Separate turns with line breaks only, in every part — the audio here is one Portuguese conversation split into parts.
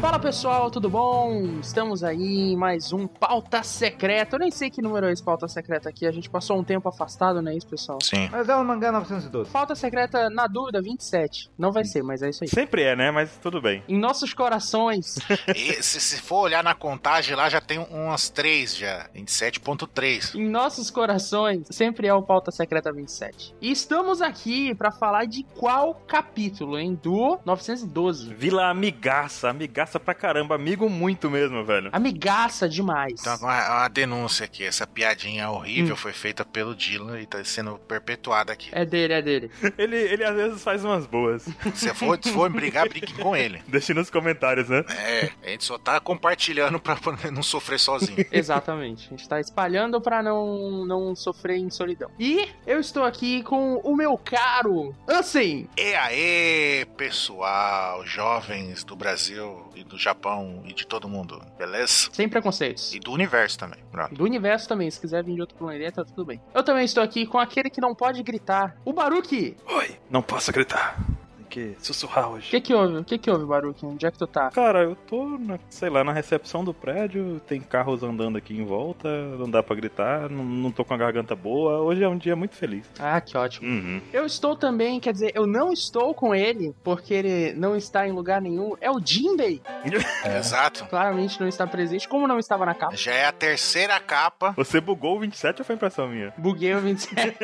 Fala pessoal, tudo bom? Estamos aí em mais um Pauta Secreta. Eu nem sei que número é esse Pauta Secreta aqui, a gente passou um tempo afastado, não é isso, pessoal?
Sim.
Mas é um mangá 912.
Pauta Secreta, na dúvida, 27. Não vai ser, mas é isso aí.
Sempre é, né? Mas tudo bem.
Em nossos corações,
E se, se for olhar na contagem lá, já tem umas três já. 27.3.
em nossos corações, sempre é o Pauta Secreta 27. E estamos aqui pra falar de qual capítulo, hein? Do 912.
Vila amigaça, amigaça pra caramba, amigo muito mesmo, velho.
Amigaça demais.
Então, uma, uma denúncia aqui. Essa piadinha horrível foi feita pelo Dylan e tá sendo perpetuada aqui.
É dele, é dele.
Ele, ele às vezes faz umas boas.
Se for, se for brigar, brigue com ele.
Deixe nos comentários, né?
É, a gente só tá compartilhando pra não sofrer sozinho.
Exatamente. A gente tá espalhando pra não, não sofrer em solidão. E eu estou aqui com o meu caro Ansem.
E aí, pessoal, jovens do Brasil e do Japão e de todo mundo, beleza?
Sem preconceitos.
E do universo também. Pronto.
Do universo também, se quiser vir de outro planeta, tá tudo bem. Eu também estou aqui com aquele que não pode gritar, o Baruki.
Oi, não posso gritar. Tem que sussurrar
O
hoje.
que que houve? O que que houve, Baruki? Onde é que tu tá?
Cara, eu tô, na, sei lá, na recepção do prédio, tem carros andando aqui em volta, não dá pra gritar, não, não tô com a garganta boa. Hoje é um dia muito feliz.
Ah, que ótimo.
Uhum.
Eu estou também, quer dizer, eu não estou com ele, porque ele não está em lugar nenhum. É o Jinbei.
É. Exato.
Claramente não está presente, como não estava na capa.
Já é a terceira capa.
Você bugou o 27 ou foi impressão minha?
Buguei o 27.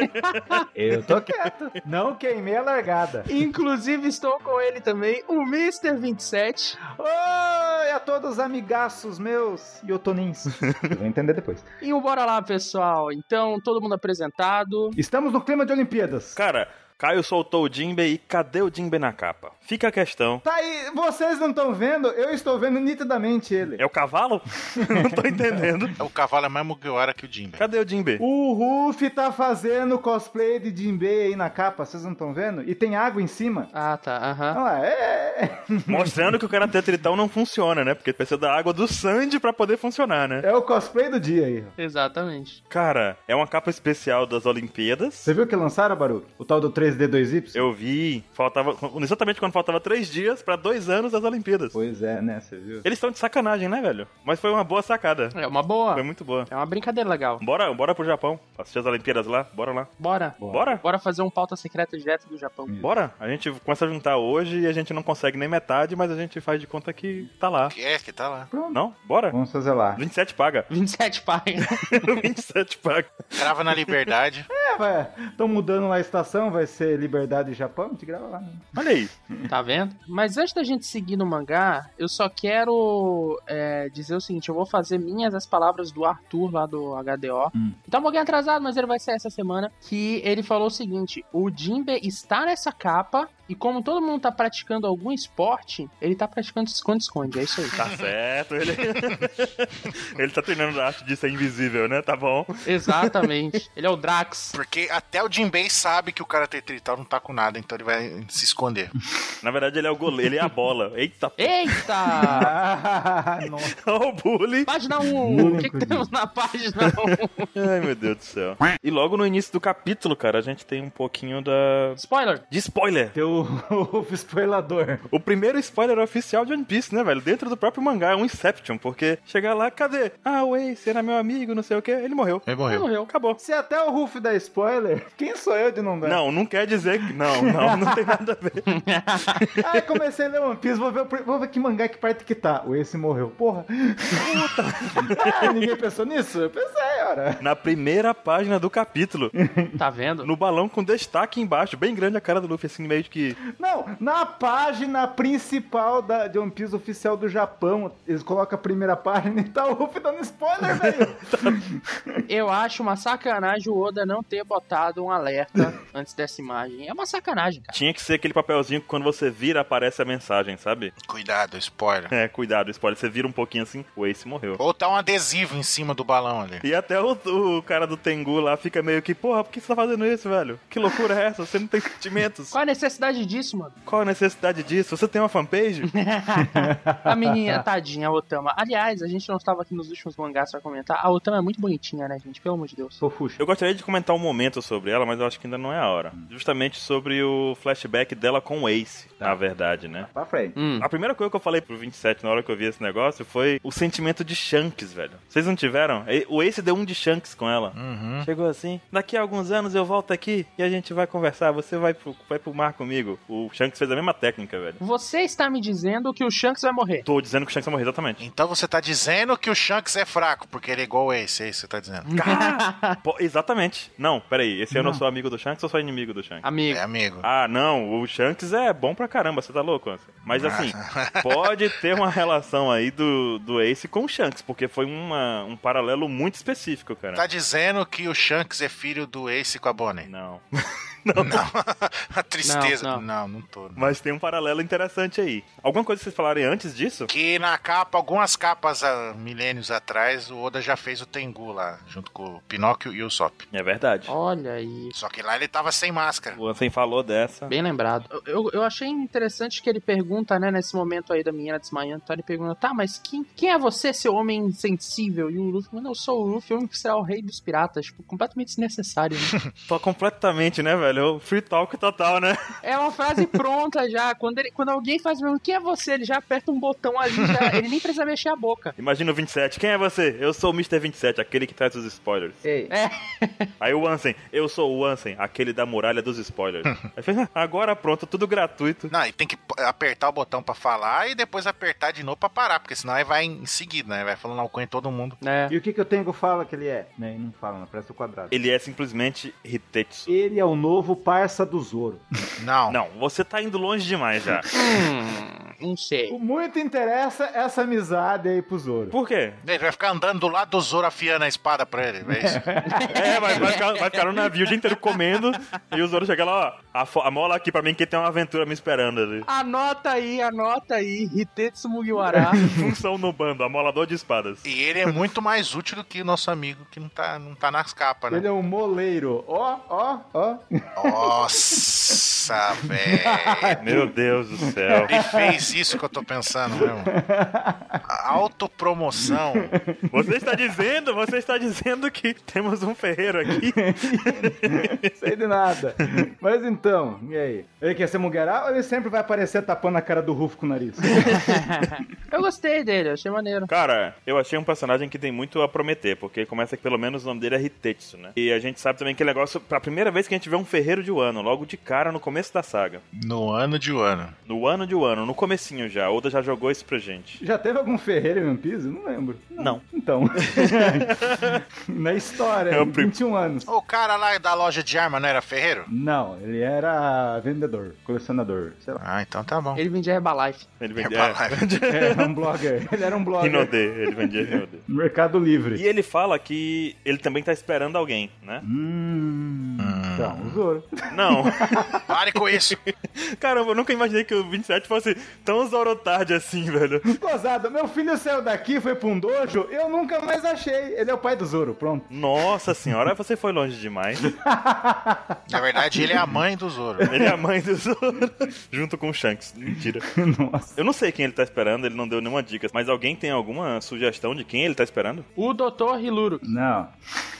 Eu tô quieto. Não queimei a largada.
Inclusive, estou com ele também, o Mr. 27.
Oi a todos os amigaços meus e otonins. Vocês vão entender depois.
E um bora lá, pessoal. Então, todo mundo apresentado.
Estamos no clima de Olimpíadas.
Cara, Caio soltou o Jinbei e cadê o Jinbei na capa? Fica a questão.
Tá aí, vocês não estão vendo? Eu estou vendo nitidamente ele.
É o cavalo? não tô entendendo.
O cavalo é mais Mugiwara que o Jinbe.
Cadê o Jinbei?
O Ruff tá fazendo cosplay de Jinbei aí na capa, vocês não estão vendo? E tem água em cima.
Ah, tá. Aham.
Olha lá, é,
Mostrando que o Karate Tritão não funciona, né? Porque precisa da água do Sandy pra poder funcionar, né?
é o cosplay do dia aí.
Então- Exatamente.
Cara, é uma capa especial das Olimpíadas.
Você viu que lançaram, Baruque? O tal do 3D2Y?
Eu vi, faltava. Exatamente quando faltava três dias pra dois anos das Olimpíadas.
Pois é, né? Você viu?
Eles estão de sacanagem, né, velho? Mas foi uma boa sacada.
É uma boa.
Ah.
Foi muito boa.
É uma brincadeira legal.
Bora, bora pro Japão. Assistir as Olimpíadas lá, bora lá.
Bora.
Bora?
Bora fazer um pauta secreta direto do Japão.
Bora? A gente começa a juntar hoje e a gente não consegue nem metade, mas a gente faz de conta que tá lá.
Que é que tá lá?
Não? Bora?
Vamos fazer lá.
27 paga.
27 páginas.
27 paga.
Crava na liberdade.
Estão É, mudando lá a estação, vai ser Liberdade e Japão, a gente grava lá. né?
Olha aí.
Tá vendo? Mas antes da gente seguir no mangá, eu só quero é, dizer o seguinte: eu vou fazer minhas as palavras do Arthur lá do HDO.
Hum.
Tá um pouquinho atrasado, mas ele vai sair essa semana. Que ele falou o seguinte: o Jinbe está nessa capa. E como todo mundo tá praticando algum esporte, ele tá praticando esconde-esconde, é isso aí.
Tá certo, ele. ele tá treinando a arte de ser invisível, né? Tá bom.
Exatamente. Ele é o Drax.
Porque até o Jinbei sabe que o cara tem trital não tá com nada, então ele vai se esconder.
Na verdade, ele é o goleiro, ele é a bola. Eita, p.
Eita!
Nossa.
Olha o bullying.
Página 1, o que, que temos na página 1?
Ai, meu Deus do céu. E logo no início do capítulo, cara, a gente tem um pouquinho da.
Spoiler!
de spoiler.
Tem o o spoilador.
O primeiro spoiler oficial de One Piece, né, velho? Dentro do próprio mangá, é um Inception, porque chegar lá, cadê? Ah, o Ace era meu amigo, não sei o quê, ele morreu.
Ele
Ele
morreu.
morreu.
Acabou.
Se até o Ruff dá spoiler, quem sou eu de não dar?
Não, não quer dizer que. Não, não, não tem nada a ver.
Ai, Ah, comecei a ler One Piece, vou ver, o pri- vou ver que mangá, que parte que tá. O Ace morreu. Porra. ah, ninguém pensou nisso? Eu pensei, ora.
Na primeira página do capítulo,
Tá vendo?
no balão com destaque embaixo, bem grande a cara do Luffy, assim, meio que.
Não, na página principal da, de One Piece oficial do Japão, eles colocam a primeira página e tá o Ruff dando spoiler, velho.
Eu acho uma sacanagem o Oda não ter botado um alerta antes dessa imagem. É uma sacanagem, cara.
Tinha que ser aquele papelzinho que quando você vira aparece a mensagem, sabe?
Cuidado, spoiler.
É, cuidado, spoiler. Você vira um pouquinho assim, o Ace morreu.
Ou tá um adesivo em cima do balão ali.
E até o, o cara do Tengu lá fica meio que, porra, por que você tá fazendo isso, velho? Que loucura é essa? Você não tem sentimentos.
Qual a necessidade necessidade disso, mano?
Qual a necessidade disso? Você tem uma fanpage?
a menina, tadinha, a Otama. Aliás, a gente não estava aqui nos últimos mangás pra comentar. A Otama é muito bonitinha, né, gente? Pelo amor de Deus.
Fofuxa.
Eu gostaria de comentar um momento sobre ela, mas eu acho que ainda não é a hora. Justamente sobre o flashback dela com o Ace, na verdade, né?
Pra frente.
Hum.
A primeira coisa que eu falei pro 27 na hora que eu vi esse negócio foi o sentimento de Shanks, velho. Vocês não tiveram? E- O Ace deu um de Shanks com ela.
Uhum.
Chegou assim, daqui a alguns anos eu volto aqui e a gente vai conversar, você vai pro, vai pro mar comigo. O Shanks fez a mesma técnica, velho.
Você está me dizendo que o Shanks vai morrer.
Tô dizendo que o Shanks vai morrer, exatamente.
Então você tá dizendo que o Shanks é fraco, porque ele é igual esse, é isso que você tá dizendo.
Pô, exatamente. Não, peraí, esse ano eu sou amigo do Shanks ou sou inimigo do Shanks?
Amigo.
É, amigo.
Ah, não, o Shanks é bom pra caramba, você tá louco, Anson? Mas assim, pode ter uma relação aí do, do Ace com o Shanks, porque foi uma, um paralelo muito específico, cara.
Tá dizendo que o Shanks é filho do Ace com a Bonnie?
Não.
A tristeza.
Não,
Não, não, tô. não.
Mas tem um paralelo interessante aí. Alguma coisa que vocês falarem antes disso?
Que na capa, algumas capas há milênios atrás, o Oda já fez o Tengu lá, junto com o Pinóquio e o Sop.
É verdade.
Olha isso.
Só que lá ele tava sem máscara.
O Ansem falou dessa.
Bem lembrado. Eu- Eu, eu achei interessante que ele pergunta, né, nesse momento aí da menina desmaiando, tá? Ele pergunta, tá, mas quem, quem é você, seu homem insensível? E o Luffy, mano, eu sou o Luffy, o homem que será o rei dos piratas. Tipo, completamente desnecessário, né?
Só completamente, né, velho? O Free talk total, né?
É uma frase pronta já. Quando, ele, quando alguém faz mesmo, quem é você? Ele já aperta um botão ali, já, ele nem precisa mexer a boca.
Imagina o 27. Quem é você? Eu sou o Mr. 27, aquele que traz os spoilers.
Ei.
É.
Aí o Ansem, eu sou o Ansem, aquele da muralha dos spoilers. Aí fez, "Ah, agora pronto, tudo gratuito.
Não, e tem que p- apertar o botão pra falar e depois apertar de novo pra parar, porque senão aí vai em em seguida, né? Vai falando alcunha em todo mundo.
É.
E o que que o Tengo fala que ele é? Né, ele não fala, não, parece o quadrado.
Ele é simplesmente Hitetsu.
Ele é o novo parça do Zoro.
Não.
Não, você tá indo longe demais já.
Hum, não sei.
O muito interessa essa amizade aí pro Zoro.
Por quê?
Ele vai ficar andando do lado do Zoro afiando a espada pra ele, é isso?
É, vai, vai ficar, vai ficar no navio o dia inteiro comendo e o Zoro chega lá, ó, a, fo- a mola aqui pra mim que tem uma aventura me esperando ali.
Anota aí, anota aí, Hitetsu Mugiwara.
Função no bando, amolador de espadas.
E ele é muito mais útil do que o nosso amigo que não tá, não tá nas capas, né?
Ele é um moleiro. Ó, ó, ó.
Nossa, velho.
Meu Deus do céu.
Ele fez isso que eu tô pensando mesmo. A Autopromoção.
Você está dizendo, você está dizendo que temos um ferreiro aqui?
Sei de nada. Mas então, e aí? Ele quer ser Muguerá ou ele sempre vai aparecer tapando a cara do Rufo com o nariz?
eu gostei dele, eu achei maneiro.
Cara, eu achei um personagem que tem muito a prometer, porque começa que pelo menos o nome dele é Hitetsu, né? E a gente sabe também que é negócio, pra primeira vez que a gente vê um ferreiro de Wano, logo de cara no começo da saga.
No ano de um ano.
No ano de Wano, no comecinho já, a Oda já jogou isso pra gente.
Já teve algum ferreiro em One Piece? Eu Não lembro.
Não.
Então. Na história,
É o prim-
21 anos.
O cara lá da loja de arma não era ferreiro?
Não, ele era vendedor, colecionador, sei lá.
Ah, então tá bom.
Ele vendia Herbalife.
Ele
É
vendia...
pra lá.
Era um blogger. Ele era um blogger.
Rinode, ele vendia Rinode.
Mercado Livre.
E ele fala que ele também tá esperando alguém, né?
Hum.
Ah.
Então, o Zoro.
Não.
Pare com isso.
Caramba, eu nunca imaginei que o 27 fosse tão zorotarde assim, velho.
Gozado, meu filho saiu daqui, foi pra um dojo, eu nunca mais achei. Ele é o pai do Zoro, pronto.
Nossa senhora, você foi longe demais.
Na verdade, ele é a mãe do Zoro.
Ele é a mãe do Zoro, junto com o Shanks. Mentira.
Nossa.
Eu não sei quem ele tá esperando, ele não deu nenhuma dica, mas alguém tem alguma sugestão de quem ele tá esperando?
O Dr. Hiluro.
Não.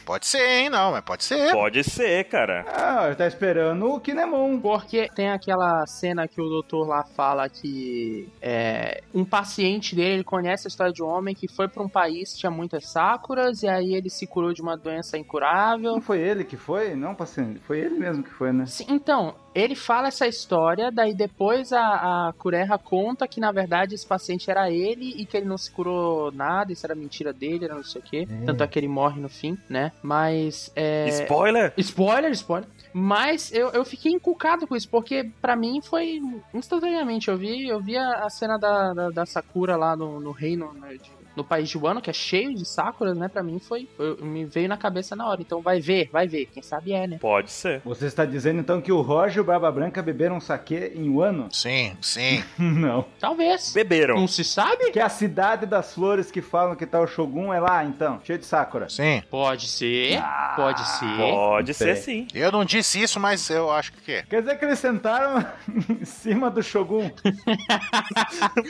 Pode ser, hein? Não, mas pode ser.
Pode ser, cara.
Ah, tá esperando o Kinemon.
Porque tem aquela cena que o doutor lá fala que é, um paciente dele, ele conhece a história de um homem que foi pra um país que tinha muitas sakuras e aí ele se curou de uma doença incurável.
Não Então foi ele que foi? Não, paciente. Foi ele mesmo que foi, né?
Sim, Então, ele fala essa história, daí depois a, a Kureha conta que na verdade esse paciente era ele e que ele não se curou nada, isso era mentira dele, era não sei o quê. Tanto é que ele morre no fim, né? Mas é.
Spoiler?
Spoiler, spoiler. Mas eu, eu fiquei encucado com isso, porque pra mim foi instantaneamente. Eu vi, eu vi a a cena da, da, da Sakura lá no, no reino né, de no país de Wano, que é cheio de Sakuras, né? Pra mim foi. eu- me veio na cabeça na hora. Então vai ver, vai ver. Quem sabe é, né?
Pode ser.
Você está dizendo então que o Roger e o Barba Branca beberam um saquê em Wano?
Sim, sim.
Não.
Talvez.
Beberam.
Não se sabe?
Que a cidade das flores que falam que tá o Shogun é lá então, cheio de Sakura.
Sim.
Pode ser. Ah, Pode ser.
Pode ser
Bem.
sim.
Eu não disse isso, mas eu acho que é.
Quer dizer que eles sentaram em cima do Shogun?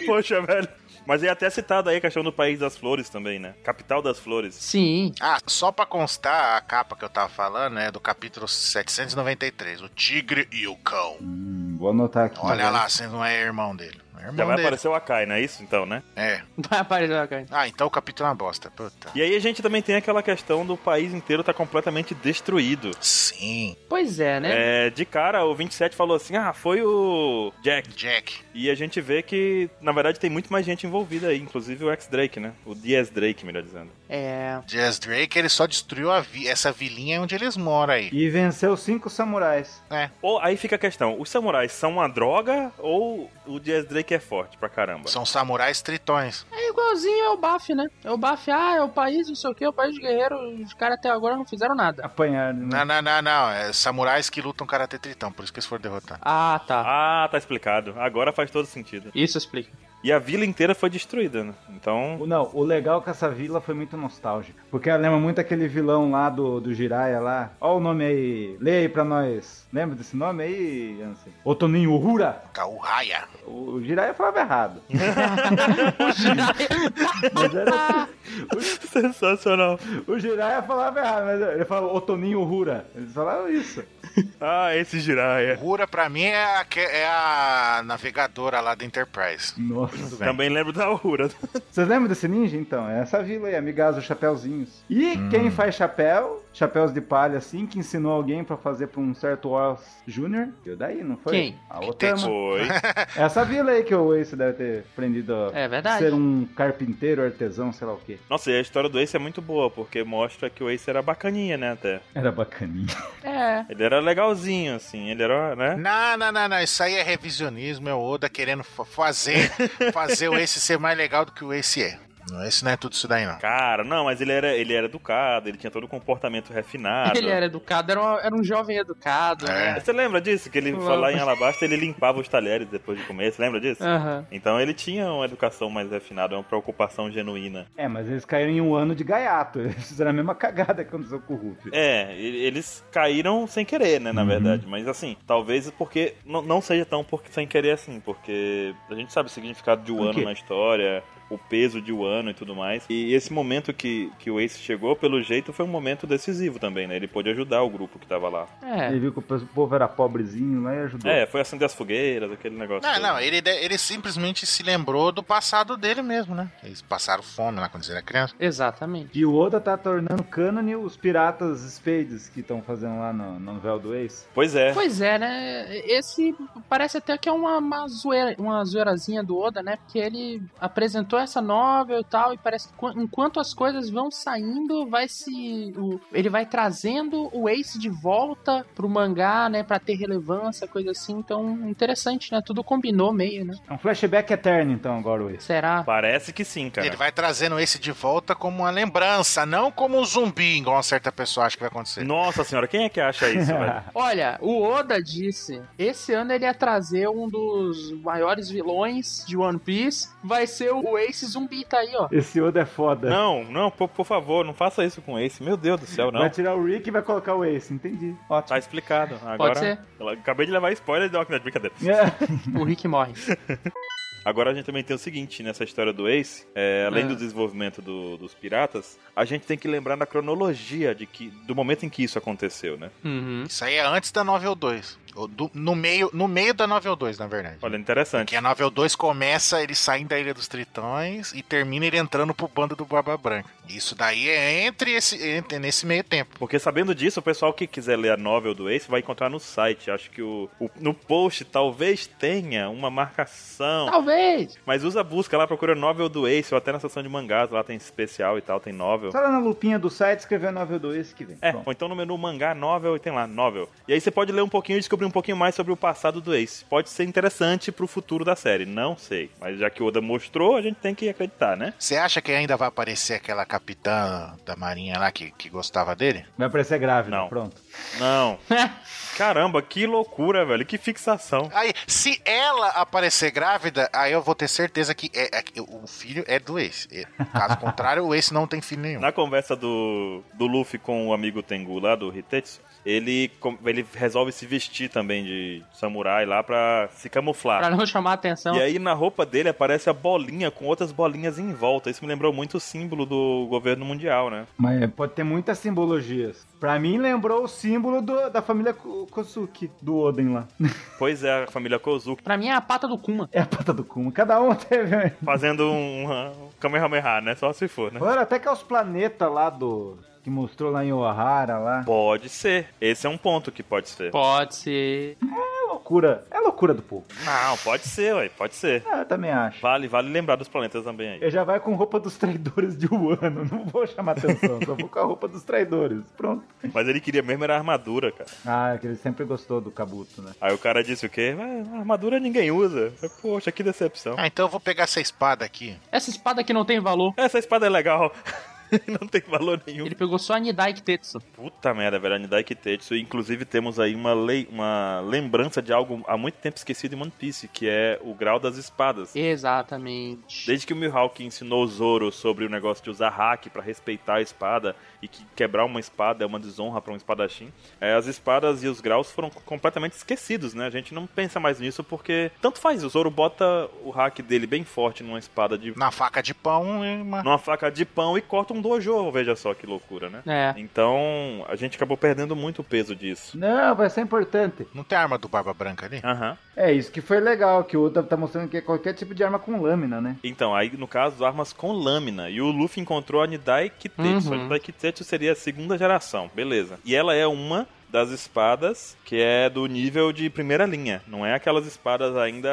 Poxa, velho. Mas é até citado aí a questão do País das Flores também, né? Capital das Flores.
Sim.
Ah, só pra constar, a capa que eu tava falando é do capítulo 793, O Tigre e o Cão.
Hum, vou anotar aqui.
Olha lá, você não é irmão dele. É
Já
irmão
vai
dele.
aparecer o Akai, não é isso então, né?
É.
Vai aparecer uma coisa.
Ah, então o capítulo é uma bosta. Puta.
E aí a gente também tem aquela questão do país inteiro tá completamente destruído.
Sim,
Pois é, né?
É, de cara, o 27 falou assim: ah, foi o Jack.
Jack.
E a gente vê que, na verdade, tem muito mais gente envolvida aí, inclusive o ex-Drake, né? O Diaz Drake, melhor dizendo.
É.
Jazz Drake, ele só destruiu a vi- essa vilinha onde eles moram aí.
E venceu cinco samurais.
Ou aí fica a questão: os samurais são uma droga ou o Diaz Drake é forte pra caramba?
São samurais tritões.
É igualzinho ao BAF, né? É o BAF, ah, é o país, não sei o que, é o país de guerreiro. Os caras até agora não fizeram nada.
Apanharam, né?
Não, não, não, não. É samurais que lutam karatê tritão, por isso que eles foram derrotados.
Ah, tá.
Ah, tá explicado. Agora faz todo sentido.
Isso explica.
E a vila inteira foi destruída, né? Então.
O- Não, o legal é que essa vila foi muito nostálgica. Porque ela lembra muito aquele vilão lá do, do Jiraiya lá. Olha o nome aí. Lê aí pra nós. Lembra desse nome aí, Ansem? Otoninho Uhura.
Kauraya.
O, o Jiraiya falava errado. Mas era-
Sensacional.
o Jiraiya falava errado, mas ele falava Otoninho Uhura. Eles falavam isso.
Ah, esse Jiraiya.
Rura, pra mim, é a, que- é a navegadora lá da Enterprise.
Nossa.
bem.
Também lembro da Aura.
Vocês lembram desse ninja? Então, é essa vila aí, amigas dos chapéuzinhos. E quem faz chapéu, chapéus de palha assim, que ensinou alguém pra fazer pra um certo Oz Jr., eu daí, não foi?
Quem?
A outra irmã.
Foi.
Essa vila aí que o Ace deve ter aprendido a
É verdade.
ser um carpinteiro, artesão, sei lá o quê.
Nossa, e a história do Ace é muito boa, porque mostra que o Ace era bacaninha, né, até.
Era bacaninha.
É.
Ele era legalzinho, assim, ele era, né?
Não, não, não, não. Isso aí é revisionismo, é o Oda querendo fa- fazer, fazer o Ace ser mais legal do que o Ace é. Não, Esse não é tudo isso daí, não.
Cara, não, mas ele era, ele era educado, ele tinha todo o comportamento refinado.
Ele era educado, era, uma- era um jovem educado, né?
Você lembra disso? Que ele
Não. Ah.
foi lá em Alabasta, ele limpava os talheres depois de comer, você lembra disso?
Aham.
Então ele tinha uma educação mais refinada, uma preocupação genuína.
É, mas eles caíram em um ano de gaiato. Eles fizeram a mesma cagada que aconteceu com o Ruff.
É, e- eles caíram sem querer, né, na
Uhum.
verdade. Mas assim, talvez porque. Não, não seja tão porque sem querer assim, porque a gente sabe o significado de
Por quê?
Wano na história, o peso de Wano e tudo mais. E esse momento que, que o Ace chegou, pelo jeito, foi um momento decisivo também, né? Ele pôde ajudar o grupo que tava lá.
Ele
É.
viu que o povo era pobrezinho lá e ajudou.
É, foi acender as fogueiras, aquele negócio.
Não,
todo.
não, ele, de- ele simplesmente se lembrou do passado dele mesmo, né? Eles passaram fome lá quando eles eram criança.
Exatamente.
E o Oda tá tornando cânone os piratas Spades que estão fazendo lá no, no novel do Ace.
Pois é.
Pois é, né? Esse parece até que é uma, uma, zoeira, uma zoeirazinha do Oda, né? Porque ele apresentou essa novel e tal, e parece que quan- enquanto as coisas vão saindo, vai se. o- ele vai trazendo o Ace de volta pro mangá, né? Pra ter relevância, coisa assim. Então, interessante, né? Tudo combinou meio, né?
É um flashback eterno, então, agora o Ace.
Será?
Parece que sim, cara.
Ele vai trazendo esse de volta como uma lembrança, não como um zumbi, igual uma certa pessoa acha que vai acontecer.
Nossa senhora, quem é que acha isso, velho?
Olha, o Oda disse: esse ano ele ia trazer um dos maiores vilões de One Piece. Vai ser o Ace zumbi, tá aí, ó.
Esse Oda é foda.
Não, não, por, por favor, não faça isso com o Ace. Meu Deus do céu, não.
Vai tirar o Rick e vai colocar o Ace, entendi.
Tá
Ótimo.
explicado. Agora,
ser.
Eu Acabei de levar spoiler de Walking Dead, brincadeira.
O Rick morre.
Agora a gente também tem o seguinte, nessa história do Ace, é, além
Ah.
do desenvolvimento do- dos piratas, a gente tem que lembrar da cronologia de que, do momento em que isso aconteceu, né?
Uhum.
Isso aí é antes da Novel 2. Ou do- no, meio, no meio da Novel 2, na verdade.
Olha, interessante.
Que a Novel 2 começa ele saindo da Ilha dos Tritões e termina ele entrando pro bando do Barba Branca. Isso daí é entre esse entre- nesse meio tempo.
Porque sabendo disso, o pessoal que quiser ler a novel do Ace vai encontrar no site. Acho que o, o- no post talvez tenha uma marcação.
Talvez.
Mas usa a busca lá, procura novel do Ace, ou até na seção de mangás, lá tem especial e tal, tem novel.
Só lá na lupinha do site escrever novel do Ace que vem.
É,
Pronto.
ou então no menu mangá, novel, e tem lá, novel. E aí você pode ler um pouquinho e descobrir descobrir um pouquinho mais sobre o passado do Ace. Pode ser interessante pro futuro da série, não sei. Mas já que o Oda mostrou, a gente tem que acreditar, né?
Você acha que ainda vai aparecer aquela capitã da marinha lá que, que gostava dele?
Vai aparecer grávida,
Não.
pronto.
Não. Caramba, que loucura, velho. Que fixação.
Aí, se ela aparecer grávida, aí eu vou ter certeza que é- é que o filho é do Ace. E, Caso contrário, o Ace não tem filho nenhum.
Na conversa do, do Luffy com o amigo Tengu lá, do Hitetsu, ele, com- ele resolve se vestir também de samurai lá pra se camuflar.
Pra não chamar a atenção.
E aí na roupa dele aparece a bolinha com outras bolinhas em volta. Isso me lembrou muito o símbolo do governo mundial, né?
Mas pode ter muitas simbologias. Pra mim, lembrou o símbolo do- da família Ko- Kosuki, do Oden lá.
Pois é, a família Kozuki
Pra mim é a pata do Kuma.
É a pata do Kuma. Cada um teve. um.
fazendo um, um Kamehameha, né? Só se for, né?
Olha, até que é os planetas lá do. que mostrou lá em Ohara lá.
Pode ser. Esse é um ponto que pode ser.
Pode ser.
É loucura. É loucura do povo.
Não, pode ser, ué. Pode ser.
Ah, eu também acho.
Vale, vale lembrar dos planetas também aí.
Eu já vai com roupa dos traidores de Wano. Não vou chamar atenção, só vou com a roupa dos traidores. Pronto.
Mas ele queria mesmo era a armadura, cara.
Ah, que ele sempre gostou do Kabuto, né?
Aí o cara disse o quê? Mas armadura ninguém usa. Eu, Poxa, que decepção.
Ah, então eu vou pegar essa espada aqui.
Essa espada aqui não tem valor.
Essa espada é legal. Não tem valor nenhum.
Ele pegou só a Nidai Kitetsu.
Puta merda, velho. Nidai Kitetsu. Inclusive, temos aí uma, lei, uma lembrança de algo há muito tempo esquecido em One Piece, que é o grau das espadas.
Exatamente.
Desde que o Mihawk ensinou o Zoro sobre o negócio de usar hack pra respeitar a espada e que quebrar uma espada é uma desonra pra um espadachim, eh, as espadas e os graus foram co- completamente esquecidos, né? A gente não pensa mais nisso porque tanto faz, o Zoro bota o hack dele bem forte numa espada de
Na faca de pão e uma.
numa faca de pão e corta um dojo, veja só que loucura, né?
É.
Então, a gente acabou perdendo muito o peso disso.
Não, vai ser importante.
Não tem a arma do Barba Branca ali?
Aham.
É isso que foi legal, que o Oda tá mostrando que é qualquer tipo de arma com lâmina, né?
Então, aí no caso, armas com lâmina. E o Luffy encontrou a Nidai Kitetsu.
Uhum.
A Nidai Kitetsu seria a segunda geração, beleza. E ela é uma das espadas que é do nível de primeira linha. Não é aquelas espadas ainda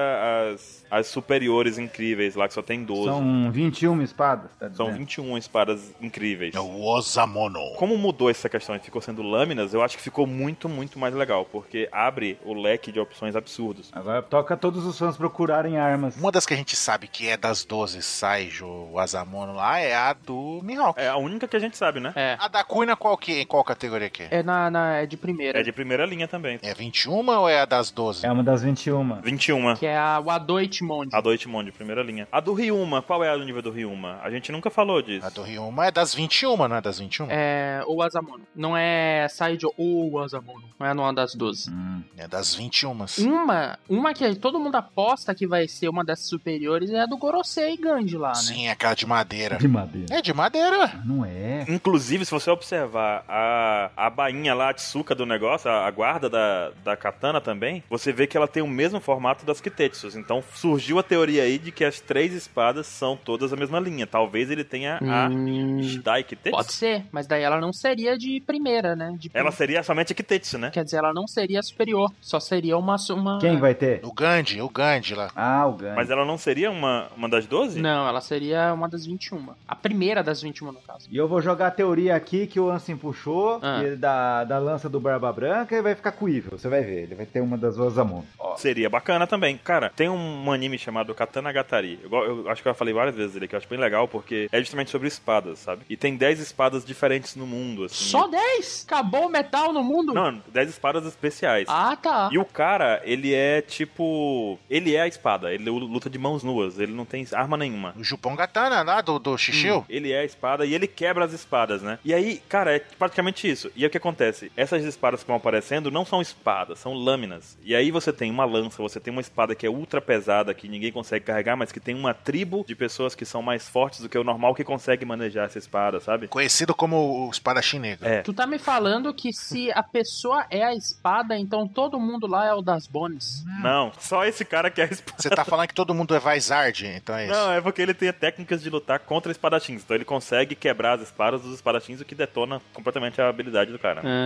as, as superiores incríveis lá que só tem 12. São, é.
São 21 espadas, tá dizendo?
21 espadas incríveis.
É o Osamono.
Como mudou essa questão e ficou sendo lâminas, eu acho que ficou muito, muito mais legal, porque abre o leque de opções absurdos.
Agora toca todos os fãs procurarem armas.
Uma das que a gente sabe que é das 12 Saijo, o Azamono lá, é a do Mihawk.
É a única que a gente sabe, né?
É.
A da Kuina qual que, em qual categoria que é?
É, na, na- é de primeira.
É de primeira linha também.
É 21 ou é a das 12?
É uma das 21.
21.
Que é a Wadoichmond.
A do Itmon de primeira linha. A do Ryuma, qual é a do nível do Ryuma? A gente nunca falou disso.
A do Ryuma é das 21, não é das 21?
É. Ou Azamono. Não é Saijo ou Azamono. Não é numa das 12.
Hum.
É das 21.
Uma, uma que todo mundo aposta que vai ser uma das superiores é a do Gorosei Gandhi lá, né?
Sim, é aquela de madeira.
De madeira.
É de madeira.
Não é.
Inclusive, se você observar a, a bainha lá, a tsuka do negócio, a, a guarda da, da katana também, você vê que ela tem o mesmo formato das kitetsus. Então surgiu a teoria aí de que as três espadas são todas a mesma linha. Talvez ele tenha a
Hum,
Shidai Kitetsu.
pode ser, mas daí ela não seria de primeira, né? De
Ela
prim-
seria somente a Kitetsu, né?
Quer dizer, ela não seria superior, só seria uma. uma...
Quem vai ter?
O Gandhi, o Gandhi lá.
Ah, o Gandhi.
Mas é- ela não seria uma, uma das 12?
Não, ela seria uma das 21. A primeira das 21, no caso.
E eu vou jogar a teoria aqui que o Ansem puxou
Ah.
e da, da lança do Barba Branca e vai ficar com o Evil. Você vai ver, ele vai ter uma das duas mão.
Seria bacana também. Cara, tem um anime chamado Katana Gatari. Eu, go- eu acho que eu já falei várias vezes dele, que eu acho bem legal, porque é justamente sobre espadas, sabe? E tem 10 espadas diferentes no mundo, assim.
Só 10? Acabou o metal no mundo?
Não, 10 espadas especiais.
Ah, tá.
E o cara, ele é tipo. Ele é a espada, ele luta de mãos nuas, ele não tem arma nenhuma.
O Jupon Gatana lá do, do Shishio.
Ele é a espada e ele quebra as espadas, né? E aí, cara, é praticamente isso. E aí o que acontece? Essas espadas que vão aparecendo não são espadas, são lâminas. E aí você tem uma lança, você tem uma espada que é ultra pesada, que ninguém consegue carregar, mas que tem uma tribo de pessoas que são mais fortes do que o normal que consegue manejar essa espada, sabe?
Conhecido como o espadachim negro.
É.
Tu tá me falando que se a pessoa é a espada, então todo mundo lá é o das bones.
Hum.
Não, só esse cara que é a espada.
Você tá falando que todo mundo é Vizard, então é isso.
Não, é porque ele tem técnicas de lutar contra espadachins. Então ele consegue quebrar as espadas dos espadachins, o que detona completamente a habilidade do cara.
Ah,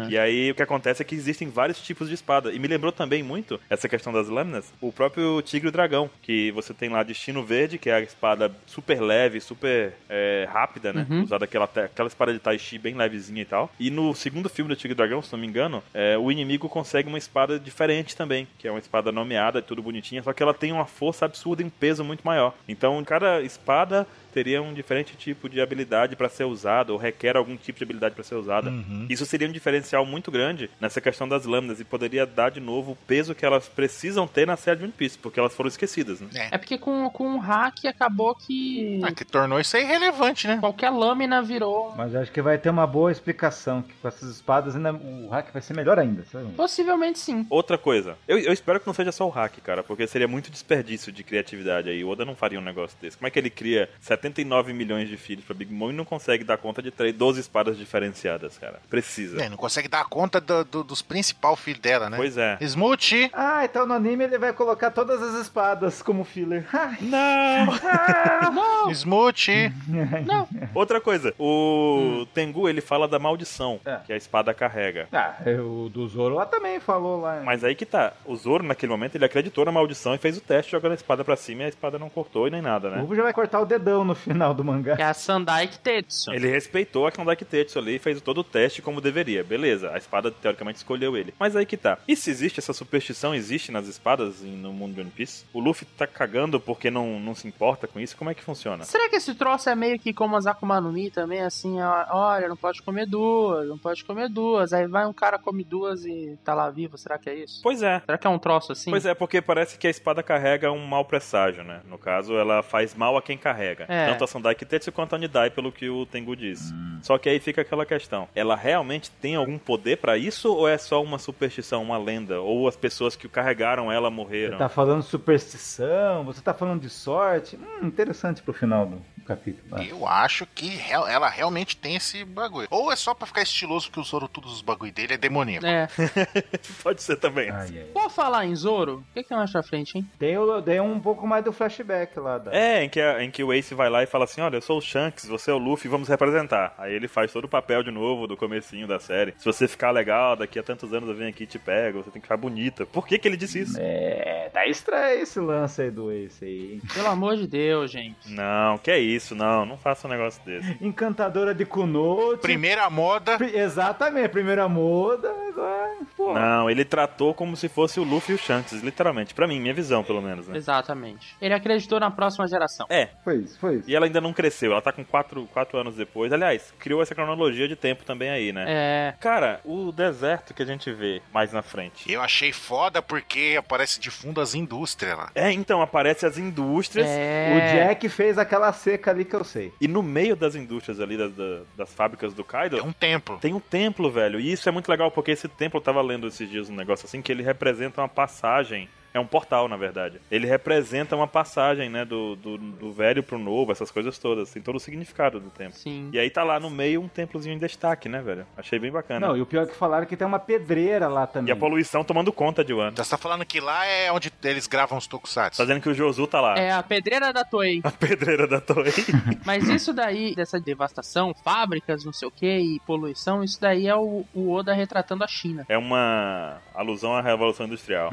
Aham.
E aí o que acontece é que existem vários tipos de espada. E me lembrou também muito essa questão das lâminas, o próprio Tigre e o Dragão, que você tem lá Destino Verde, que é a espada super leve, super é, rápida, né?
Uhum.
Usada aquela, te- aquela espada de Tai Chi bem levezinha e tal. E no segundo filme do Tigre e o Dragão, se não me engano, é, o inimigo consegue uma espada diferente também, que é uma espada nomeada e tudo bonitinha, só que ela tem uma força absurda e um peso muito maior. Então cada espada teria um diferente tipo de habilidade pra ser usada, ou requer algum tipo de habilidade pra ser usada.
Uhum.
Isso seria um diferencial muito grande nessa questão das lâminas e poderia dar de novo o peso que elas precisam ter na série de One Piece, porque elas foram esquecidas, né?
É porque com, com um hack acabou que
Ah, que tornou isso aí relevante, né?
qualquer lâmina virou
Mas eu acho que vai ter uma boa explicação, que com essas espadas ainda, o hack vai ser melhor ainda, sabe?
um- Possivelmente sim.
Outra coisa, eu, eu espero que não seja só o hack, cara, porque seria muito desperdício de criatividade aí. O Oda não faria um negócio desse. Como é que ele cria 79 milhões de filhos pra Big Mom e não consegue dar conta de três- 12 espadas diferenciadas, cara? Precisa.
É, não consegue dar conta do- do- dos principal filhos dela, né?
Pois é.
Smooth,
Ah, então no anime ele vai colocar todas as espadas como filler. Ah,
Não!
Smooth,
Hum, Outra coisa, o Tengu ele fala da maldição
É.
que a espada carrega.
Ah, é, o do Zoro lá também falou lá.
Mas aí que tá, o Zoro naquele momento ele acreditou na maldição e fez o teste jogando a espada pra cima e a espada não cortou e nem nada,
O
né?
Rubo já vai cortar o dedão no final do mangá.
É a Sandai Tetsu.
Ele respeitou a Klondike Tetsu ali e fez todo o teste como deveria. Beleza, a espada teoricamente escolheu ele. Mas aí que tá. E se existe essa superstição, existe nas espadas em- no mundo de One Piece? O Luffy tá cagando porque não, não se importa com isso? Como é que funciona?
Será que esse troço é meio que como as Akuma no Mi também, assim, ó, olha, não pode comer duas, não pode comer duas, aí vai um cara, come duas e tá lá vivo, será que é isso?
Pois é.
Será que é um troço assim?
Pois é, porque parece que a espada carrega um mau presságio, né? No caso, ela faz mal a quem carrega.
É.
Tanto a Sandai Kitetsu quanto a Nidai, pelo que o Tengu diz. Só que aí fica aquela questão. Ela realmente tem algum poder pra isso ou é só uma superstição, uma lenda? Ou as pessoas que carregaram ela
Você
morreram?
tá falando superstição, você tá falando de sorte. Hum, interessante pro final do do capítulo. Ah.
eu acho que real- ela realmente tem esse bagulho. Ou é só pra ficar estiloso que o Zoro, todos os bagulho dele é demoníaco.
É.
Pode ser também.
Ai, ai.
Por falar em Zoro, o que que tem mais pra frente, hein?
Tem, o- tem um pouco mais do flashback lá da.
É, em que, a- em que o Ace vai lá e fala assim, olha, eu sou o Shanks, você é o Luffy, vamos representar. Aí ele faz todo o papel de novo do comecinho da série. Se você ficar legal, daqui a tantos anos eu venho aqui e te pego, você tem que ficar bonita. Por que que ele disse isso?
É, tá estranho esse lance aí do Ace aí. hein?
Pelo amor de Deus, gente.
Não, que é isso, não, não faça um negócio desse.
Encantadora de Kunote.
Primeira moda,
Pri- Exatamente, primeira moda, agora. Pô.
Não, ele tratou como se fosse o Luffy e o Shanks, literalmente. Pra mim, minha visão, pelo menos, né?
Exatamente. Ele acreditou na próxima geração.
É,
Foi isso, foi isso.
e ela ainda não cresceu, ela tá com 4 quatro anos depois. Aliás, criou essa cronologia de tempo também aí, né?
É.
Cara, o deserto que a gente vê mais na frente.
eu achei foda porque aparece de fundo as indústrias lá.
É, então, aparece as indústrias.
é...
O Jack fez aquela seca ali que eu sei.
E no meio das indústrias ali, das, da- das fábricas do Kaido,
É um templo.
tem um templo, velho. E isso é muito legal, porque esse templo, eu tava lendo esses dias um negócio assim, que ele representa uma passagem. É um portal, na verdade. Ele representa uma passagem, né, do, do, do velho pro novo, essas coisas todas. Tem todo o significado do templo.
Sim.
E aí tá lá no meio um templozinho em destaque, né, velho? Achei bem bacana.
Não, e o pior é que falaram que tem uma pedreira lá
né? E
também.
a poluição tomando conta de Wano.
Então você tá falando que lá é onde eles gravam os tokusatsu.
Tá dizendo que o Josu tá lá.
É a pedreira da Toei.
A pedreira da torre.
Mas isso daí, dessa devastação, fábricas, não sei o que, e poluição, isso daí é o, o Oda retratando a China.
é uma alusão à Revolução Industrial.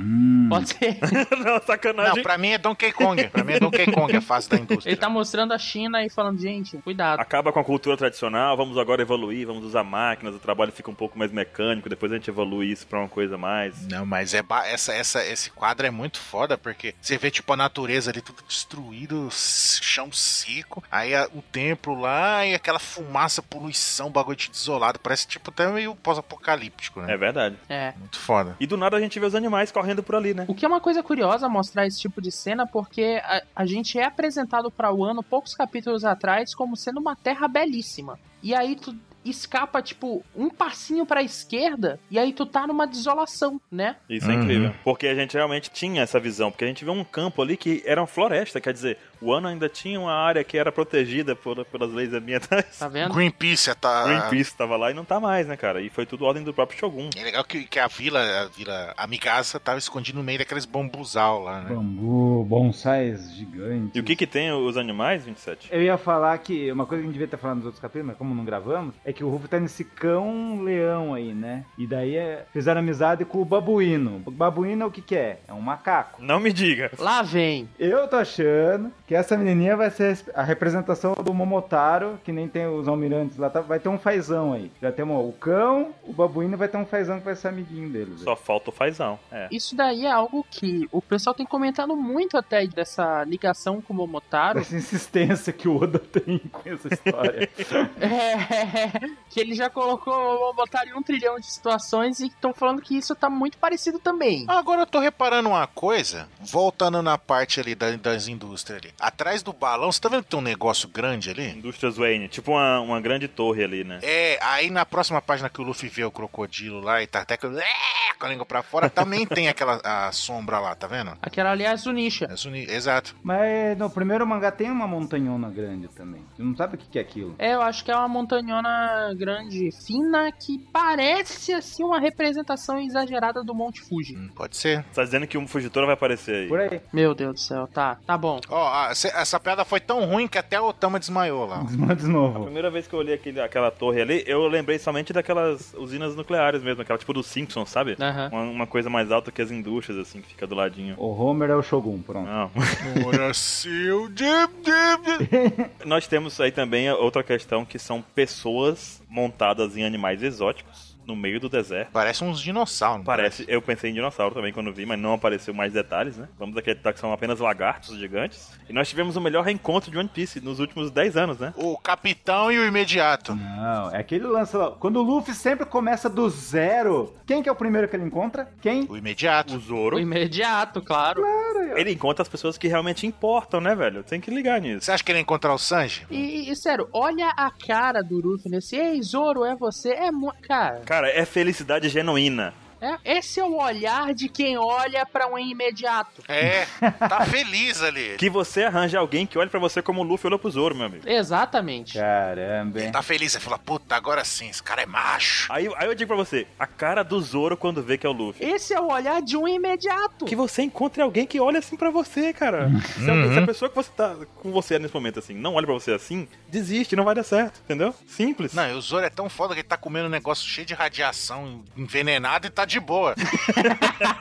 Pode ser.
Não, sacanagem.
Não, pra mim é Donkey Kong. Pra mim é Donkey Kong a fase da indústria.
Ele tá mostrando a China e falando, gente, cuidado.
acaba com a cultura tradicional, vamos agora evoluir, vamos usar máquinas, o trabalho fica um pouco mais mecânico, depois a gente evolui isso pra uma coisa mais.
Não, mas é ba- essa, essa, esse quadro é muito foda, porque você vê, tipo, a natureza ali tudo destruído, s- chão seco, aí a- o templo lá e aquela fumaça, poluição, bagulho de desolado. Parece, tipo, até meio pós-apocalíptico, né?
É verdade.
É.
Muito foda.
E do nada a gente vê os animais correndo por ali, né?
O que é uma coisa curiosa mostrar esse tipo de cena, porque a, a gente é apresentado pra o ano poucos capítulos atrás como sendo uma terra belíssima. E aí tu escapa, tipo, um passinho pra esquerda, e aí tu tá numa desolação, né?
Isso é
Uhum.
incrível. Porque a gente realmente tinha essa visão, porque a gente vê um campo ali que era uma floresta, quer dizer, o ano ainda tinha uma área que era protegida por- pelas leis ambientais.
Tá vendo?
Greenpeace tá.
Greenpeace tava lá e não tá mais, né, cara? E foi tudo ordem do próprio Shogun.
É legal que, que a vila, a vila Amigaça tava escondida no meio daqueles bambuzal lá, né?
Bambu, bonsais gigantes.
E o que que tem os animais, 27?
Eu ia falar que uma coisa que a gente devia ter falado nos outros capítulos, mas como não gravamos, é É que o Rufo tá nesse cão-leão aí, né? E daí é, fizeram amizade com o babuíno. O babuíno é o que que é? É um macaco.
Não me diga.
Lá vem.
Eu tô achando que essa menininha vai ser a representação do Momotaro, que nem tem os almirantes lá, tá? vai ter um fazão aí. Já temos o cão, o babuíno vai ter um fazão que vai ser amiguinho deles.
Só falta o fazão. É.
Isso daí é algo que o pessoal tem comentado muito até dessa ligação com o Momotaro.
Essa insistência que o Oda tem com essa história.
É, que ele já colocou o Momotaro em um trilhão de situações e estão falando que isso tá muito parecido também.
Agora eu tô reparando uma coisa, voltando na parte ali da- das indústrias ali. Atrás do balão, você tá vendo que tem um negócio grande ali?
Indústrias Wayne, tipo uma, uma grande torre ali, né?
É, aí na próxima página que o Luffy vê o crocodilo lá e tá até com é, com a língua pra fora, também tem aquela a sombra lá, tá vendo?
Aquela, aliás, o Nisha.
É Zuni- Exato.
Mas no primeiro mangá tem uma montanhona grande também. Você não sabe o que que é aquilo.
É, eu acho que é uma montanhona grande, fina, que parece assim uma representação exagerada do Monte Fuji.
Hum, Pode ser.
Tá dizendo que um fugitor vai aparecer aí.
Por aí.
Meu Deus do céu, tá, tá bom.
Ó, a- cê- essa piada foi tão ruim que até o Otama desmaiou lá.
Desmanda de
A
novo.
primeira vez que eu olhei aquele, aquela torre ali, eu lembrei somente daquelas usinas nucleares mesmo, aquela tipo do Simpsons, sabe?
Aham.
Uma, uma coisa mais alta que as indústrias, assim, que fica do ladinho.
O Homer é o Shogun, pronto.
Não.
Ora, seu dip, dip, dip.
Nós temos aí também outra questão que são pessoas montadas em animais exóticos no meio do deserto.
Parece uns dinossauros. não
Parece, eu pensei em dinossauro também quando vi, mas não apareceu mais detalhes, né? Vamos acreditar que são apenas lagartos gigantes. E nós tivemos o melhor reencontro de One Piece nos últimos 10 anos, né?
O capitão e o imediato.
Não, é aquele lance lá. Quando o Luffy sempre começa do zero, quem que é o primeiro que ele encontra? Quem?
O imediato.
O
O
Zoro,
imediato, claro.
ele encontra as pessoas que realmente importam, né, velho? Tem que ligar nisso.
Você acha que ele ia encontrar o Sanji?
E, e, sério, olha a cara do Ruffy nesse. Ei, Zoro, é você? É mu- Cara,
Cara, é felicidade genuína.
é- esse é o olhar de quem olha pra um imediato.
É, tá feliz ali.
Que você arranja alguém que olhe pra você como o Luffy olhou pro Zoro, meu amigo.
Exatamente.
É. Caramba, hein?
Tá feliz, ele fala, puta, agora sim, esse cara é macho.
Aí, aí eu digo pra você, a cara do Zoro quando vê que é o Luffy.
Esse é o olhar de um imediato.
Que você encontre alguém que olha assim pra você, cara. Se, alguém- se a pessoa que você tá com você nesse momento assim não olha pra você assim, desiste, não vai dar certo, entendeu? Simples.
Não, e o Zoro é tão foda que ele tá comendo um negócio cheio de radiação, envenenado e tá de boa.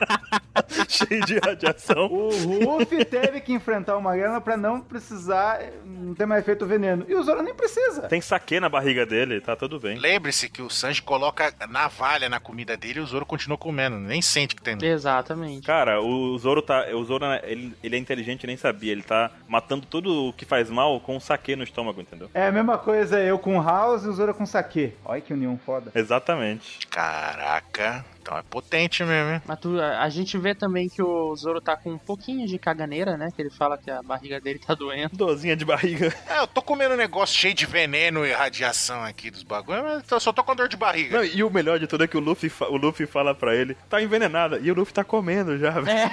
Cheio de radiação.
O Luffy teve que enfrentar o Magrela pra não precisar, eh, não ter mais efeito veneno. E o Zoro nem precisa.
Tem saque na barriga dele, tá tudo bem.
Lembre-se que o Sanji coloca navalha na comida dele e o Zoro continua comendo, nem sente que tem.
Exatamente.
Cara, o Zoro tá. O Zoro, né, ele, ele é inteligente, nem sabia. Ele tá matando tudo o que faz mal com um saque no estômago, entendeu?
É a mesma coisa eu com o House e o Zoro com o Sake. Olha que união foda.
Exatamente.
Caraca, então é potente mesmo, hein?
Mas tu- a a gente vê também que o Zoro tá com um pouquinho de caganeira, né? Que ele fala que a barriga dele tá doendo.
Dorzinha de barriga.
É, eu tô comendo um negócio cheio de veneno e radiação aqui dos bagulhos, mas eu só tô com dor de barriga.
Não, e o melhor de tudo é que o Luffy, fa- o Luffy fala pra ele, tá envenenada. E o Luffy tá comendo já, velho.
É.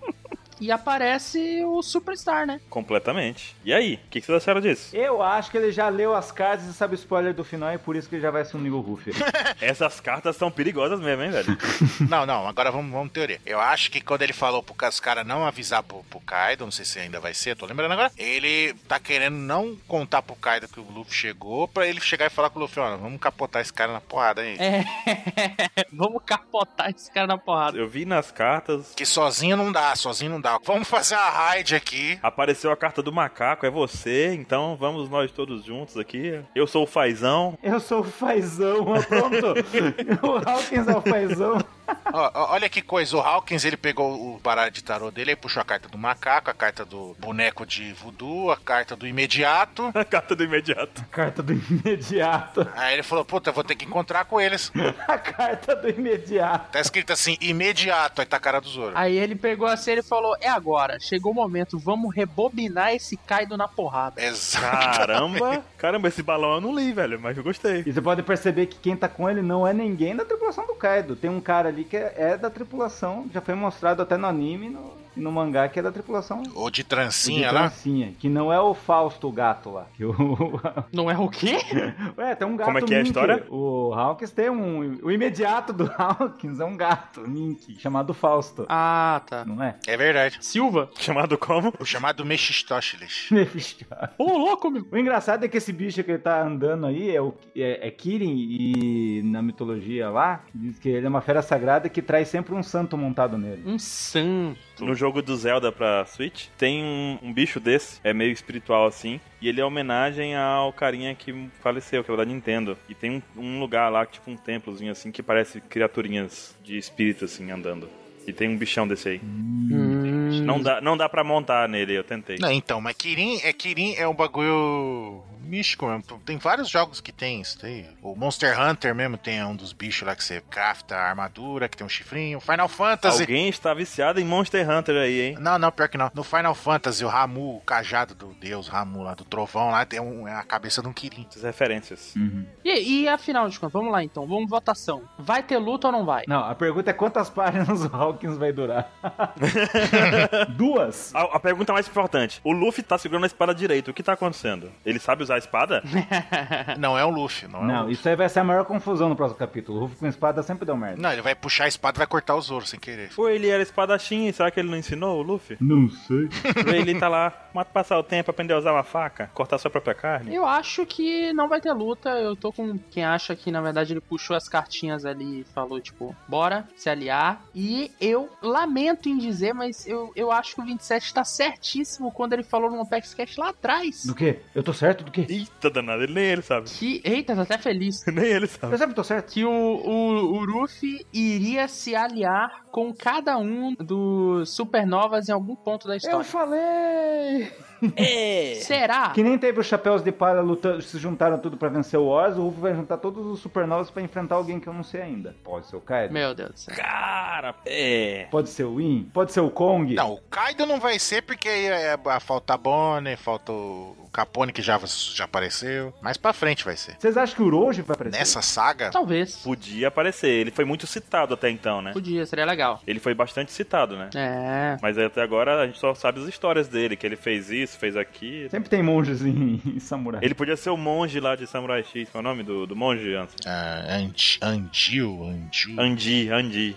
e aparece o Superstar, né?
É. Completamente. E aí, o que, que vocês acharam disso?
Eu acho que ele já leu as cartas e sabe o spoiler do final e por isso que ele já vai se unir o Luffy.
Essas cartas são perigosas mesmo, hein, velho?
Não, não, agora vamos, vamos teoria. Eu acho que quando ele falou pro os caras não avisar pro, pro Kaido, não sei se ainda vai ser, tô lembrando agora, ele tá querendo não contar pro Kaido que o Luffy chegou, pra ele chegar e falar com o Luffy, ó, vamos capotar esse cara na porrada aí.
É. Vamos capotar esse cara na porrada.
Eu vi nas cartas,
Que sozinho não dá, sozinho não dá. Vamos fazer a raid aqui.
apareceu a carta do macaco, é você, então vamos nós todos juntos aqui. Eu sou o Fazão.
Eu sou o Fazão, pronto. o Hawkins é o Fazão.
Ó, ó, olha que coisa, o Hawkins ele pegou o baralho de tarô dele, aí puxou a carta do macaco, a carta do boneco de voodoo, a carta do imediato.
A carta do imediato.
Carta do imediato.
Aí ele falou, puta, vou ter que encontrar com eles.
A carta do imediato.
Tá escrito assim, imediato, aí tá a cara do Zoro.
Aí ele pegou assim e falou: É agora, chegou o momento, vamos rebobinar esse Kaido na porrada.
Exato.
Caramba! Caramba, esse balão eu não li, velho, mas eu gostei.
E você pode perceber que quem tá com ele não é ninguém da tripulação do Kaido. Tem um cara ali que é, é da tripulação, já foi mostrado até no anime, no, e no mangá que é da tripulação
Ou de
de
é
trancinha lá.
trancinha, que não é o Fausto o gato lá. Que o...
Não é o quê?
Ué, tem um gato
Como é que é a
Mink.
história?
O Hawkins tem um... O imediato do Hawkins é um gato, Mink, chamado Fausto.
Ah, tá.
Não é?
É verdade.
Silva?
Chamado como?
O chamado Mephistócheles.
Ô, louco, meu.
O engraçado é que esse bicho que ele tá andando aí é, o, é, é Kirin e na mitologia lá diz que ele é uma fera sagrada que traz sempre um santo montado nele.
Um santo.
No jogo do Zelda pra Switch, tem um, um bicho desse, é meio espiritual assim, e ele é homenagem ao carinha que faleceu, que era da Nintendo. E tem um, um lugar lá, tipo um templozinho assim, que parece criaturinhas de espírito assim andando. E tem um bichão desse aí.
Hum.
Não dá, não dá pra montar nele, eu tentei.
Não, então, mas Kirin é, Kirin é um bagulho místico mesmo. Tu- Tem vários jogos que tem isso daí. O Monster Hunter mesmo tem um dos bichos lá que você crafta a armadura, que tem um chifrinho. Final Fantasy.
Alguém está viciado em Monster Hunter aí, hein?
Não, não, pior que não. No Final Fantasy, o Ramu, o cajado do deus Ramu lá, do trovão lá, tem um, é a cabeça de um Kirin.
Essas referências.
E, e afinal de contas, vamos lá então, vamos votação. Vai ter luta ou não vai?
Não, a pergunta é quantas páginas o Hawkins vai durar? Duas?
A, a pergunta mais importante: o Luffy tá segurando a espada direito. O que tá acontecendo? Ele sabe usar a espada?
Não é o Luffy, não é o
Não,
Luffy.
isso aí vai ser a maior confusão no próximo capítulo. O Ruff com espada sempre deu merda.
Não, ele vai puxar a espada e vai cortar os ouros sem querer.
Pô, ele era espadachim, será que ele não ensinou o Luffy?
Não sei.
ele tá lá, mata passar o tempo, aprender a usar uma faca, cortar sua própria carne.
Eu acho que não vai ter luta. Eu tô com quem acha que, na verdade, ele puxou as cartinhas ali e falou, tipo, bora se aliar. E eu lamento em dizer, mas eu, eu acho que o 27 tá certíssimo quando ele falou no Opex Cash lá atrás.
Do quê? Eu tô certo do quê?
Eita danado, ele, nem ele sabe.
Que. Eita, tá até feliz.
Nem ele sabe.
Eu sempre tô certo.
Que o, o, o Ruffy iria se aliar com cada um dos supernovas em algum ponto da
Eu
história.
falei!
É.
Será?
Que nem teve os chapéus de palha lutando, se juntaram tudo pra vencer o Oz, o Ruff vai juntar todos os supernovas pra enfrentar alguém que eu não sei ainda. Pode ser o Kaido?
Meu Deus do céu.
Cara, é.
Pode ser o Win? Pode ser o Kong?
Não, o Kaido não vai ser porque aí é, é, falta a Bonnie, falta o o Capone que já, já apareceu. Mais pra frente vai ser.
Vocês acham que o Roji vai aparecer?
Nessa saga,
Talvez.
Podia aparecer, ele foi muito citado até então, né?
Podia, seria legal.
Ele foi bastante citado, né?
É.
Mas até agora a gente só sabe as histórias dele, que ele fez isso, fez aquilo.
Sempre tem monges em, em samurai.
Ele podia ser o monge lá de Samurai X, qual é o nome do, do monge, Anson?
ah, Andi- Andil, Andil.
Andi, Andi.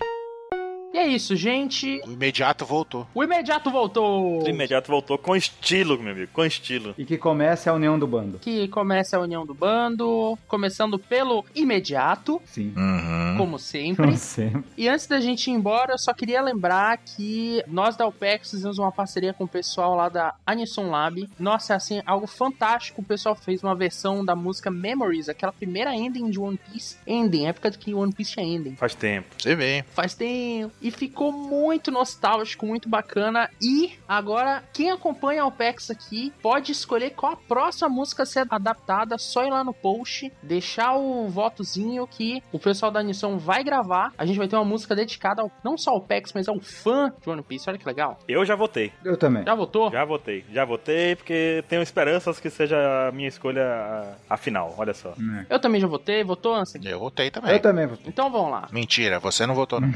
E é isso, gente.
O imediato voltou.
O imediato voltou.
De imediato voltou com estilo, meu amigo, com estilo.
E que comece a união do bando.
Que começa a união do bando, começando pelo imediato,
Sim.
Uhum.
como sempre.
Como sempre.
E antes da gente ir embora, eu só queria lembrar que nós da OPEX fizemos uma parceria com o pessoal lá da Anison Lab. Nossa, é assim, algo fantástico. O pessoal fez uma versão da música Memories, aquela primeira ending de One Piece. Ending, época de que One Piece tinha ending.
Faz tempo.
Você vê.
faz tempo. E ficou muito nostálgico, muito bacana. E agora, quem acompanha o PEX aqui pode escolher qual a próxima música a ser adaptada. Só ir lá no post, deixar o votozinho que o pessoal da Anisson vai gravar. A gente vai ter uma música dedicada ao- não só ao PEX, mas ao fã de One Piece. Olha que legal.
Eu já votei,
Eu também.
Já votou?
já votei, já votei, porque tenho esperanças que seja a minha escolha a, a final, olha só.
Eu também já votei. Votou, Ansem?
Eu voltei também. Hum.
Eu também. vou-
Então vamos lá.
Mentira, você não votou, não.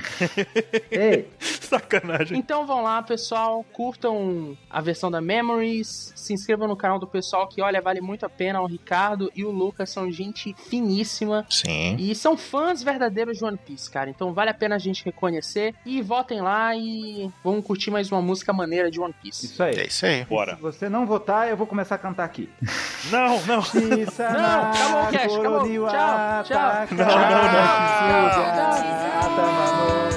Ei,
Sacanagem.
Então vão lá, pessoal, curtam a versão da Memories, se inscrevam no canal do pessoal que, olha, vale muito a pena. O Ricardo e o Lucas são gente finíssima
Sim.
e são fãs verdadeiros de One Piece, cara. Então vale a pena a gente reconhecer e votem lá e vamos curtir mais uma música maneira de One Piece.
isso
É
aí.
isso aí.
Bora.
Se você não votar, eu vou começar a cantar aqui.
Não, não.
Não,
acabou o cast, acabou. Tchau, tchau.
Não, não, não.
Tchau, tchau.